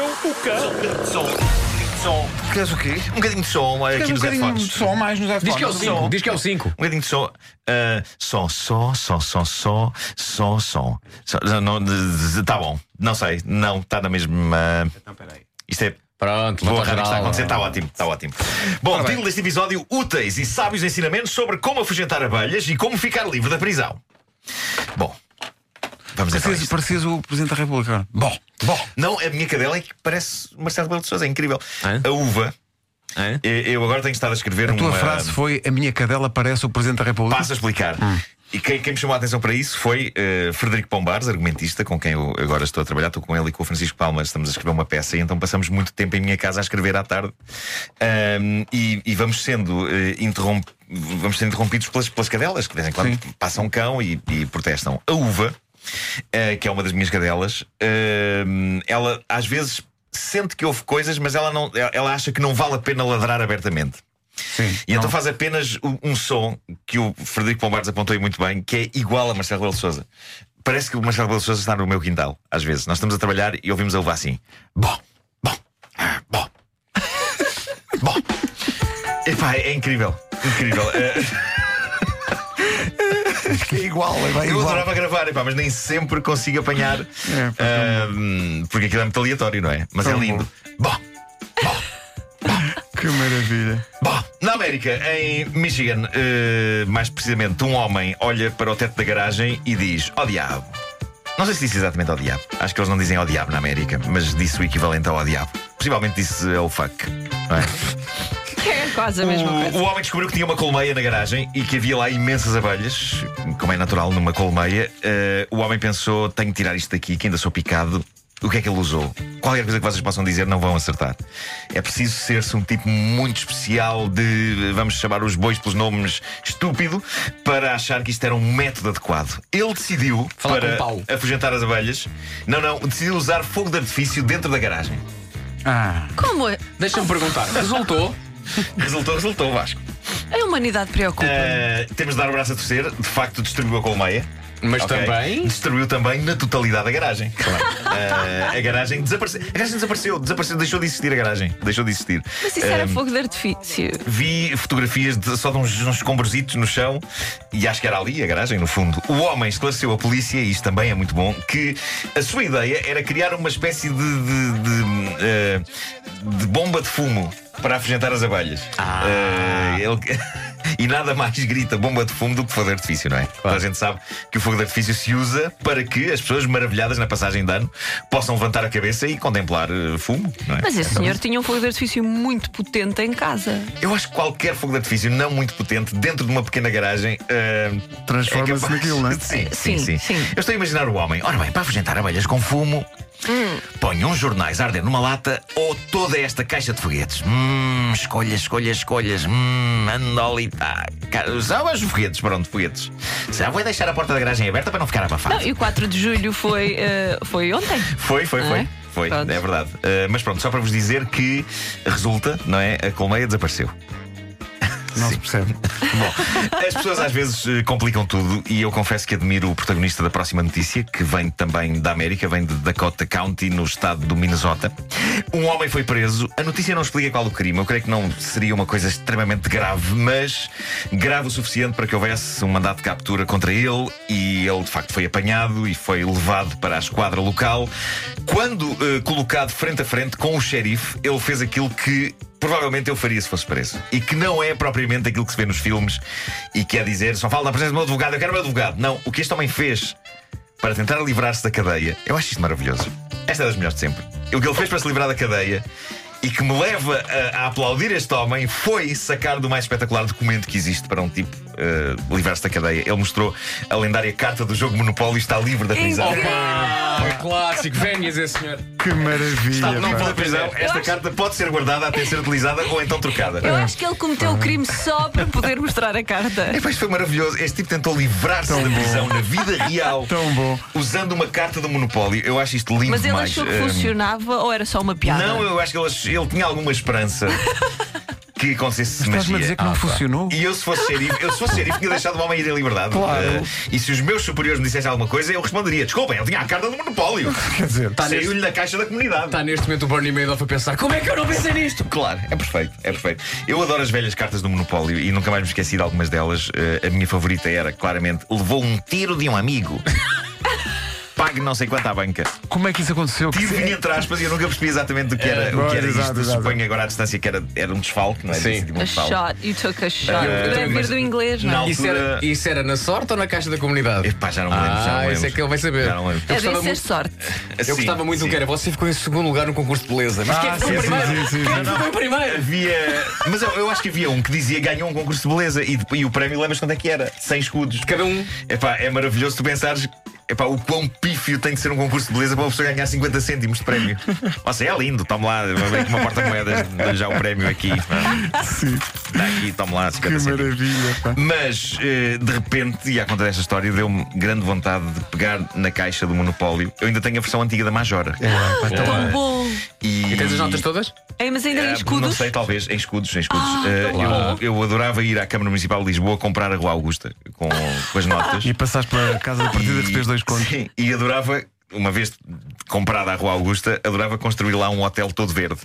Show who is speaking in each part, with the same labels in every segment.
Speaker 1: boca.
Speaker 2: Som. Som. Queres o quê? Um bocadinho de som eh,
Speaker 3: Queres
Speaker 2: aqui
Speaker 3: um
Speaker 2: nos
Speaker 3: bocadinho
Speaker 2: headphones.
Speaker 3: de som mais nos
Speaker 1: Diz que é o
Speaker 3: iPhones?
Speaker 2: Som.
Speaker 1: 5. Diz que é o 5.
Speaker 2: Um bocadinho de som. Ah, som, som, som, som, som, som, som. Som- não, Não, de- de- tá bom. Não sei. Não, está na mesma.
Speaker 4: Então, peraí.
Speaker 2: Isto é.
Speaker 1: Pronto,
Speaker 2: Boa,
Speaker 1: levanta
Speaker 2: rádio que está a
Speaker 1: geral.
Speaker 2: acontecer. Está ótimo, está ótimo. Bom, título deste episódio: Úteis e sábios ensinamentos sobre como afugentar abelhas e como ficar livre da prisão. Bom, vamos então. a
Speaker 3: Parecias,
Speaker 2: isto.
Speaker 3: parecias o Presidente da República agora. Bom, bom.
Speaker 2: Não, a minha cadela é que parece Marcelo Belo de Souza, é incrível.
Speaker 1: É?
Speaker 2: A uva,
Speaker 1: Hã?
Speaker 2: eh, eu agora tenho estado a escrever
Speaker 3: A tua
Speaker 2: uma.
Speaker 3: frase foi: A minha cadela parece o Presidente da República.
Speaker 2: Passo a explicar. E quem, quem me chamou a atenção para isso foi eh, Frederico Pombares, argumentista, com quem eu agora estou a trabalhar. Estou com ele e com o Francisco Palma. Estamos a escrever uma peça e então passamos muito tempo em minha casa a escrever à tarde. Ahm, e, e vamos sendo eh, interrom- Vamos sendo interrompidos pelas, pelas cadelas, que de vez em quando passam um cão e, e protestam. A uva, eh, que é uma das minhas cadelas, ahm, ela às vezes sente que houve coisas, mas ela, não, ela acha que não vale a pena ladrar abertamente.
Speaker 3: Sim.
Speaker 2: E então faz apenas um- um som que o Frederico Pombardes apontou aí muito bem, que é igual a Marcelo Belo de Souza. Parece que o Marcelo Belo de Souza está no meu quintal, às vezes. Nós estamos a trabalhar e ouvimos a uva assim. Bom, bom, ah, bom, bom. Epá, é incrível, incrível. Eh,
Speaker 3: É igual, é bem
Speaker 2: Eu
Speaker 3: igual. É,
Speaker 2: adorava gravar, epá, mas nem sempre consigo apanhar.
Speaker 3: pá,
Speaker 2: ahm, porque aquilo é muito aleatório, não é? Mas é
Speaker 3: Tão
Speaker 2: lindo. Bom.
Speaker 3: Que maravilha.
Speaker 2: Bom, na América, em Michigan, eh, mais precisamente, um homem olha para o teto da garagem e diz: Ó diabo. Não sei se disse exatamente ao diabo. Acho que eles não dizem ao diabo na América, mas disse o equivalente ao diabo. Possivelmente disse ao fuck. não é?
Speaker 5: É quase a mesma
Speaker 2: O,
Speaker 5: coisa.
Speaker 2: o homem descobriu que tinha uma colmeia na garagem e que havia lá imensas abelhas, como é natural numa colmeia. Eh, o homem pensou: tenho que tirar isto daqui, que ainda sou picado. O que é que ele usou? Qualquer coisa que vocês possam dizer, não vão acertar. É preciso ser-se um tipo muito especial de, vamos chamar os bois pelos nomes, estúpido, para achar que isto era um método adequado. Ele decidiu,
Speaker 1: Falar com um
Speaker 2: para
Speaker 1: o Paulo.
Speaker 2: afugentar as abelhas, não, não, decidiu usar fogo de artifício dentro da garagem.
Speaker 3: Ah,
Speaker 5: Como a
Speaker 1: Deixa-me perguntar. Resultou?
Speaker 2: Resultou, resultou, Vasco.
Speaker 5: a humanidade preocupa.
Speaker 2: Uh, temos de dar o braço a torcer, de facto distribuiu a colmeia.
Speaker 1: Mas
Speaker 2: Ok?
Speaker 1: também.
Speaker 2: Distribuiu também na totalidade a garagem. Uh, a garagem desapareceu. A garagem desapareceu, desapareceu, deixou de existir a garagem. Deixou de existir.
Speaker 5: Mas isso era
Speaker 2: Um,
Speaker 5: fogo de artifício.
Speaker 2: Vi fotografias de- só de uns, uns escombrositos no chão e acho que era ali a garagem, no fundo. O homem esclareceu à polícia, e isto também é muito bom, que a sua ideia era criar uma espécie de, de, de, eh, de bomba de fumo para afugentar as abelhas. Eh, ele- E nada mais grita bomba de fumo do que fogo de artifício, não é? Toda A gente sabe que o fogo de artifício se usa para que as pessoas maravilhadas na passagem de ano possam levantar a cabeça e contemplar eh, fumo, não é?
Speaker 5: Mas esse
Speaker 2: Então,
Speaker 5: senhor tinha um fogo de artifício muito potente em casa.
Speaker 2: eu acho que qualquer fogo de artifício não muito potente dentro de uma pequena garagem ah,
Speaker 3: Transforma-se
Speaker 2: é capaz-
Speaker 3: naquilo, não é?
Speaker 2: Sim sim,
Speaker 5: Sim,
Speaker 2: sim,
Speaker 5: sim.
Speaker 2: Eu estou a imaginar o homem. Ora bem, para afugentar abelhas com fumo, põe uns jornais a arder numa lata ou toda esta caixa de foguetes. Hum, escolhas, escolhas, escolhas. Hum, andoli. Ah, ca- são os foguetes, pronto, foguetes. Já vou deixar a porta da garagem aberta para não ficar abafado.
Speaker 5: Não, e o 4 de julho foi, eh, foi ontem.
Speaker 2: Foi, foi,
Speaker 5: Não
Speaker 2: foi.
Speaker 5: é?
Speaker 2: Foi,
Speaker 5: Pronto.
Speaker 2: é verdade. Ah, mas pronto, só para vos dizer que resulta, não é? A colmeia desapareceu.
Speaker 3: não se percebe.
Speaker 2: Bom, as pessoas às vezes eh, complicam tudo e eu confesso que admiro o protagonista da próxima notícia, que vem também da América, vem de Dakota County, no estado do Minnesota. Um homem foi preso. A notícia não explica qual o crime. Eu creio que não seria uma coisa extremamente grave, mas grave o suficiente para que houvesse um mandado de captura contra ele e ele de facto foi apanhado e foi levado para a esquadra local. Quando eh, colocado frente a frente com o xerife, ele fez aquilo que provavelmente eu faria se fosse preso. E que não é propriamente aquilo que se vê nos filmes e quer dizer, só falo na presença do meu advogado, eu quero o meu advogado. Não, o que este homem fez para tentar livrar-se da cadeia, eu acho isto maravilhoso. Esta é das melhores de sempre. O que ele fez para se livrar da cadeia e que me leva a, a aplaudir este homem foi sacar do mais espetacular documento que existe para um tipo eh, livrar-se da cadeia. Ele mostrou a lendária carta do jogo Monopólio e está livre da prisão.
Speaker 1: Opa! Clássico. Venhas, esse senhor.
Speaker 3: Que
Speaker 2: Está
Speaker 3: maravilha.
Speaker 2: livre
Speaker 3: pá.
Speaker 2: da
Speaker 1: é.
Speaker 2: prisão. Esta carta pode ser guardada até ser utilizada ou então trocada.
Speaker 5: Eu acho que ele cometeu o crime só para poder mostrar a carta.
Speaker 2: Epá, isto foi maravilhoso. Este tipo tentou livrar-se da prisão na vida real
Speaker 3: Tão bom.
Speaker 2: usando uma carta do monopólio. Eu acho isto lindo
Speaker 5: Mas ele
Speaker 2: demais. hum.
Speaker 5: achou que
Speaker 2: Ahm,
Speaker 5: funcionava ou era só uma piada?
Speaker 2: Não, eu acho que ele, ach- ele tinha alguma esperança. que acontecesse
Speaker 3: Estás-me
Speaker 2: magia.
Speaker 3: a dizer que não funcionou?
Speaker 2: E eu, se fosse xerife, eu, se fosse xerife, tinha deixado o homem ir em liberdade.
Speaker 3: Claro.
Speaker 2: Eh, e se os meus superiores me dissessem alguma coisa, eu responderia: desculpem, ele tinha a carta do monopólio.
Speaker 3: Quer dizer,
Speaker 2: Saiu-lhe da caixa da comunidade.
Speaker 1: Está Tá neste momento o Bernie Madoff a pensar: como é que eu não pensei nisto?
Speaker 2: Claro, é perfeito, é perfeito. Eu adoro as velhas cartas do Monopólio e nunca mais me esqueci de algumas delas. Eh, a minha favorita era, claramente, levou um tiro de um amigo. Pague não sei quanto à banca.
Speaker 3: como é que isso aconteceu?
Speaker 2: Tiro vinha entre aspas e eu nunca percebi exatamente do
Speaker 1: É,
Speaker 2: que era, o que era
Speaker 3: pois,
Speaker 2: isto.
Speaker 3: exato, exato.
Speaker 2: Suponho agora à distância que era, era um desfalque, não é?
Speaker 1: Sim.
Speaker 2: Desse tipo de
Speaker 5: A
Speaker 2: desfalque.
Speaker 5: shot, you took a shot. Deve vir do inglês, não,
Speaker 2: Não.
Speaker 5: é?
Speaker 1: Isso era, isso era na sorte ou na caixa da comunidade?
Speaker 2: Epá, já não me lembro. já não me
Speaker 1: Ah, isso
Speaker 2: lembro.
Speaker 1: é que ele vai saber.
Speaker 2: Já não me lembro.
Speaker 5: É
Speaker 1: gostava
Speaker 5: de ser
Speaker 1: muito-
Speaker 5: sorte.
Speaker 1: Eu
Speaker 2: Sim,
Speaker 1: gostava muito do
Speaker 2: sim.
Speaker 1: que era. Você ficou em segundo lugar no concurso de beleza. Mas quem é que
Speaker 3: sim,
Speaker 1: foi
Speaker 3: sim,
Speaker 1: primeiro?
Speaker 3: sim, sim,
Speaker 1: quem é
Speaker 3: sim.
Speaker 1: que foi primeiro?
Speaker 2: Havia. Mas eu, eu acho que havia um que dizia ganhou um concurso de beleza e, de- e o prémio lembras quando é que era? 100 escudos.
Speaker 1: Cada um.
Speaker 2: Epá, é maravilhoso tu pensares. Epá, o quão pífio tem de ser um concurso de beleza para uma pessoa ganhar 50 cêntimos de prémio. Nossa, é lindo, tome lá, vem com uma porta-moedas, dou já o prémio aqui.
Speaker 3: Sim,
Speaker 2: Está aqui, tome lá 50
Speaker 3: que
Speaker 2: cêntimos.
Speaker 3: maravilha. pá.
Speaker 2: Mas, eh, de repente, e à conta desta história, deu-me grande vontade de pegar na caixa do Monopólio. Eu ainda tenho a versão antiga da Majora.
Speaker 3: É.
Speaker 5: Tão
Speaker 2: Eh,
Speaker 5: bom.
Speaker 2: e...
Speaker 1: E tens as notas todas?
Speaker 5: Ei, mas ainda
Speaker 2: Ah,
Speaker 5: em
Speaker 2: Não
Speaker 5: escudos. Ah, então
Speaker 2: sei, talvez, em escudos. Em escudos. Eh,
Speaker 1: tão bom.
Speaker 2: eu, eu adorava ir à Câmara Municipal de Lisboa comprar a Rua Augusta com, com as notas.
Speaker 3: E passaste para a casa da partida, recebes dois contos.
Speaker 2: Sim, e adorava, uma vez comprada à Rua Augusta, adorava construir lá um hotel todo verde.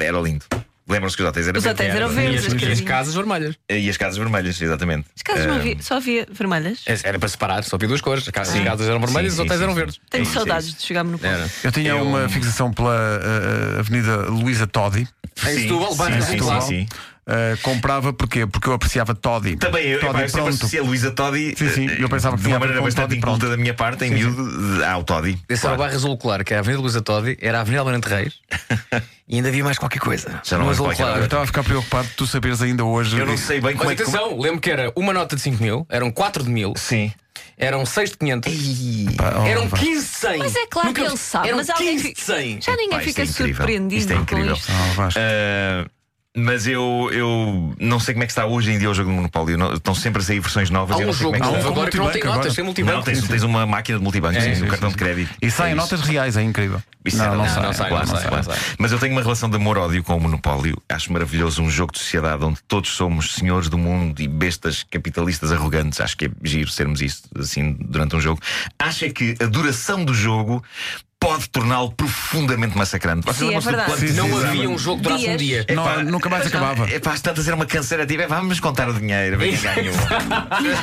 Speaker 2: Era lindo. Lembram-se que é, os hotéis eram
Speaker 5: Os hotéis eram
Speaker 1: E
Speaker 5: verdes,
Speaker 1: as,
Speaker 5: as
Speaker 1: e as
Speaker 5: casinhas.
Speaker 1: casas vermelhas.
Speaker 2: E as casas vermelhas, exatamente. Ah,
Speaker 5: As casas não havia, só havia vermelhas.
Speaker 1: É, Era para separar, só havia duas cores. As casas
Speaker 2: Sim.
Speaker 1: eram vermelhas e
Speaker 2: Sim,
Speaker 1: os
Speaker 2: sim,
Speaker 1: hotéis
Speaker 2: sim,
Speaker 1: eram
Speaker 2: sim.
Speaker 1: verdes.
Speaker 5: Tenho
Speaker 2: É isso, é
Speaker 5: saudades
Speaker 2: isso.
Speaker 5: de chegar no
Speaker 1: Era.
Speaker 5: ponto.
Speaker 3: Eu tinha uma fixação pela ah, ah, Avenida Luísa Toddy.
Speaker 1: Em
Speaker 2: Sim,
Speaker 1: Setúbal,
Speaker 2: sim,
Speaker 1: bairro
Speaker 2: sim,
Speaker 1: do
Speaker 2: sim,
Speaker 1: Claro.
Speaker 2: sim.
Speaker 3: Ah, comprava porquê? Porque eu apreciava Toddy.
Speaker 2: Também eu,
Speaker 3: Toddy
Speaker 2: epá, eu sempre
Speaker 3: pronto.
Speaker 2: associei a Luísa Toddy
Speaker 3: Sim, sim, eu pensava que
Speaker 2: eh, de uma
Speaker 3: tinha a ver
Speaker 2: maneira
Speaker 3: com
Speaker 2: bastante
Speaker 3: Toddy,
Speaker 2: inculta da minha parte, em miúdo, de- ao Toddy.
Speaker 1: Esse era o bairro azul claro, que era a Avenida Luísa Todi, era a Avenida Almirante Reis e ainda havia mais qualquer coisa.
Speaker 2: Já não lembro
Speaker 1: No azul
Speaker 2: qual é que era.
Speaker 1: claro.
Speaker 3: Eu estava a ficar preocupado de tu saberes ainda hoje.
Speaker 2: Eu não sei bem como
Speaker 1: Mas
Speaker 2: é que.
Speaker 1: atenção, lembro que era uma nota de 5 mil, eram 4 de mil,
Speaker 2: Sim.
Speaker 1: eram 6 de 500,
Speaker 2: Ih,
Speaker 3: Pá, oh,
Speaker 1: eram
Speaker 3: vá.
Speaker 1: 15 de 100.
Speaker 5: Mas é claro
Speaker 1: Nunca-
Speaker 5: que ele sabe,
Speaker 1: Eram
Speaker 5: mas alguém
Speaker 1: 15 de
Speaker 5: fica-
Speaker 1: 100.
Speaker 5: Já ninguém
Speaker 2: Epá, isto
Speaker 5: fica
Speaker 2: é incrível.
Speaker 5: surpreendido
Speaker 2: Isto é incrível.
Speaker 5: com isto.
Speaker 3: Ah, Vasco.
Speaker 2: Ah, mas eu, eu não sei como é que está hoje em dia o jogo do Monopólio. Não- estão sempre a sair versões novas.
Speaker 1: Há
Speaker 2: eu
Speaker 1: um
Speaker 2: não sei
Speaker 1: jogo
Speaker 2: como é que
Speaker 1: novo
Speaker 2: está.
Speaker 3: com
Speaker 1: agora que não tem
Speaker 3: multibanco
Speaker 1: notas,
Speaker 3: agora.
Speaker 1: tem multibanco.
Speaker 2: Não, tens, tens uma máquina de multibanco, sim,
Speaker 1: sim,
Speaker 2: um
Speaker 1: sim,
Speaker 2: cartão de crédito.
Speaker 3: É, E saem
Speaker 2: É isso.
Speaker 3: notas reais, é incrível.
Speaker 2: Isso é
Speaker 3: não,
Speaker 2: verdade.
Speaker 1: sai,
Speaker 3: não
Speaker 1: não sai,
Speaker 3: claro,
Speaker 1: não
Speaker 3: não
Speaker 1: sai,
Speaker 3: sai.
Speaker 1: não sai.
Speaker 2: Mas eu tenho uma relação de amor-ódio com o monopólio. Acho maravilhoso um jogo de sociedade onde todos somos senhores do mundo e bestas capitalistas arrogantes. Acho que é giro sermos isso assim durante um jogo. Acho é que a duração do jogo pode torná-lo profundamente massacrante. Vocês
Speaker 5: Sim, é
Speaker 2: lembram-se do
Speaker 5: verdade.
Speaker 2: quanto
Speaker 3: Sim, sim,
Speaker 1: Não
Speaker 3: sim.
Speaker 2: precisava?
Speaker 1: havia um jogo que durasse um
Speaker 5: Dias.
Speaker 1: dia.
Speaker 3: Não,
Speaker 2: Epá,
Speaker 3: nunca mais acabava.
Speaker 2: É pá, às tantas era uma canseira tipo, é, vamos contar o dinheiro, vem quem ganhou.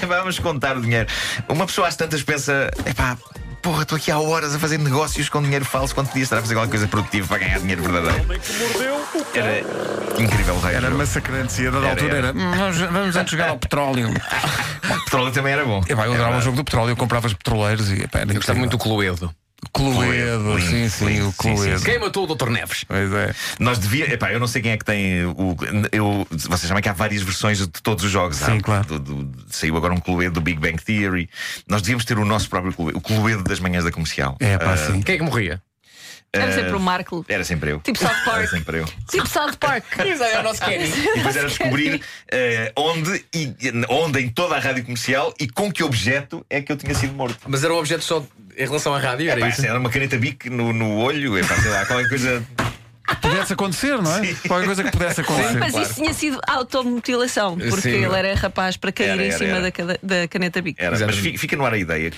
Speaker 2: vamos contar o dinheiro. Uma pessoa às tantas pensa, é pá, porra, estou aqui há horas a fazer negócios com dinheiro falso, quando podia estar a fazer qualquer coisa produtiva para ganhar dinheiro verdadeiro. Era incrível, rei.
Speaker 3: Era massacrante, sim, a dada
Speaker 2: Era,
Speaker 3: altura
Speaker 2: era.
Speaker 3: era. "Hum, Vamos, vamos antes jogar ao petróleo.
Speaker 2: Petróleo também era bom.
Speaker 3: Epá, eu adorava o jogo do petróleo, eu comprava os petroleiros e epá, era
Speaker 1: Eu gostava muito do Cluedo.
Speaker 3: Cluedo,
Speaker 2: Cluedo,
Speaker 3: sim, sim,
Speaker 2: Cluedo, sim, sim,
Speaker 3: o Cluedo.
Speaker 1: Quem matou o Dr. Neves?
Speaker 3: Pois é.
Speaker 2: Nós devia, epá, eu não sei quem é que tem o. Eu, vocês sabem que há várias versões de todos os jogos.
Speaker 3: Sim,
Speaker 2: há,
Speaker 3: claro.
Speaker 2: do- do- saiu agora um Cluedo do Big Bang Theory. Nós devíamos ter o nosso próprio Cluedo, o Cluedo das manhãs da comercial.
Speaker 3: É, pá,
Speaker 2: Ah,
Speaker 3: sim.
Speaker 1: Quem é que morria?
Speaker 2: É.
Speaker 5: Deve ser para o Marco.
Speaker 2: Era sempre eu.
Speaker 5: Tipo South
Speaker 2: Era
Speaker 5: Park.
Speaker 2: sempre eu.
Speaker 5: Tipo South Park.
Speaker 1: É o nosso Kenny.
Speaker 2: E depois era descobrir eh, onde, e, onde em toda a rádio comercial e com que objeto é que eu tinha sido morto.
Speaker 1: Mas era um objeto só em relação à rádio,
Speaker 2: Epá,
Speaker 1: era É isso?
Speaker 2: assim, era uma caneta bic no, no olho, epá, sei lá, qualquer coisa.
Speaker 3: Pudesse acontecer, não é? Qualquer coisa que pudesse acontecer.
Speaker 5: Mas isso tinha sido automutilação, porque
Speaker 1: Sim.
Speaker 5: ele era rapaz para cair
Speaker 2: Era,
Speaker 5: em
Speaker 2: era,
Speaker 5: cima
Speaker 2: era.
Speaker 5: Da, cada- da caneta bica.
Speaker 2: Era. Mas
Speaker 1: Exatamente.
Speaker 2: fi- fica no ar a ideia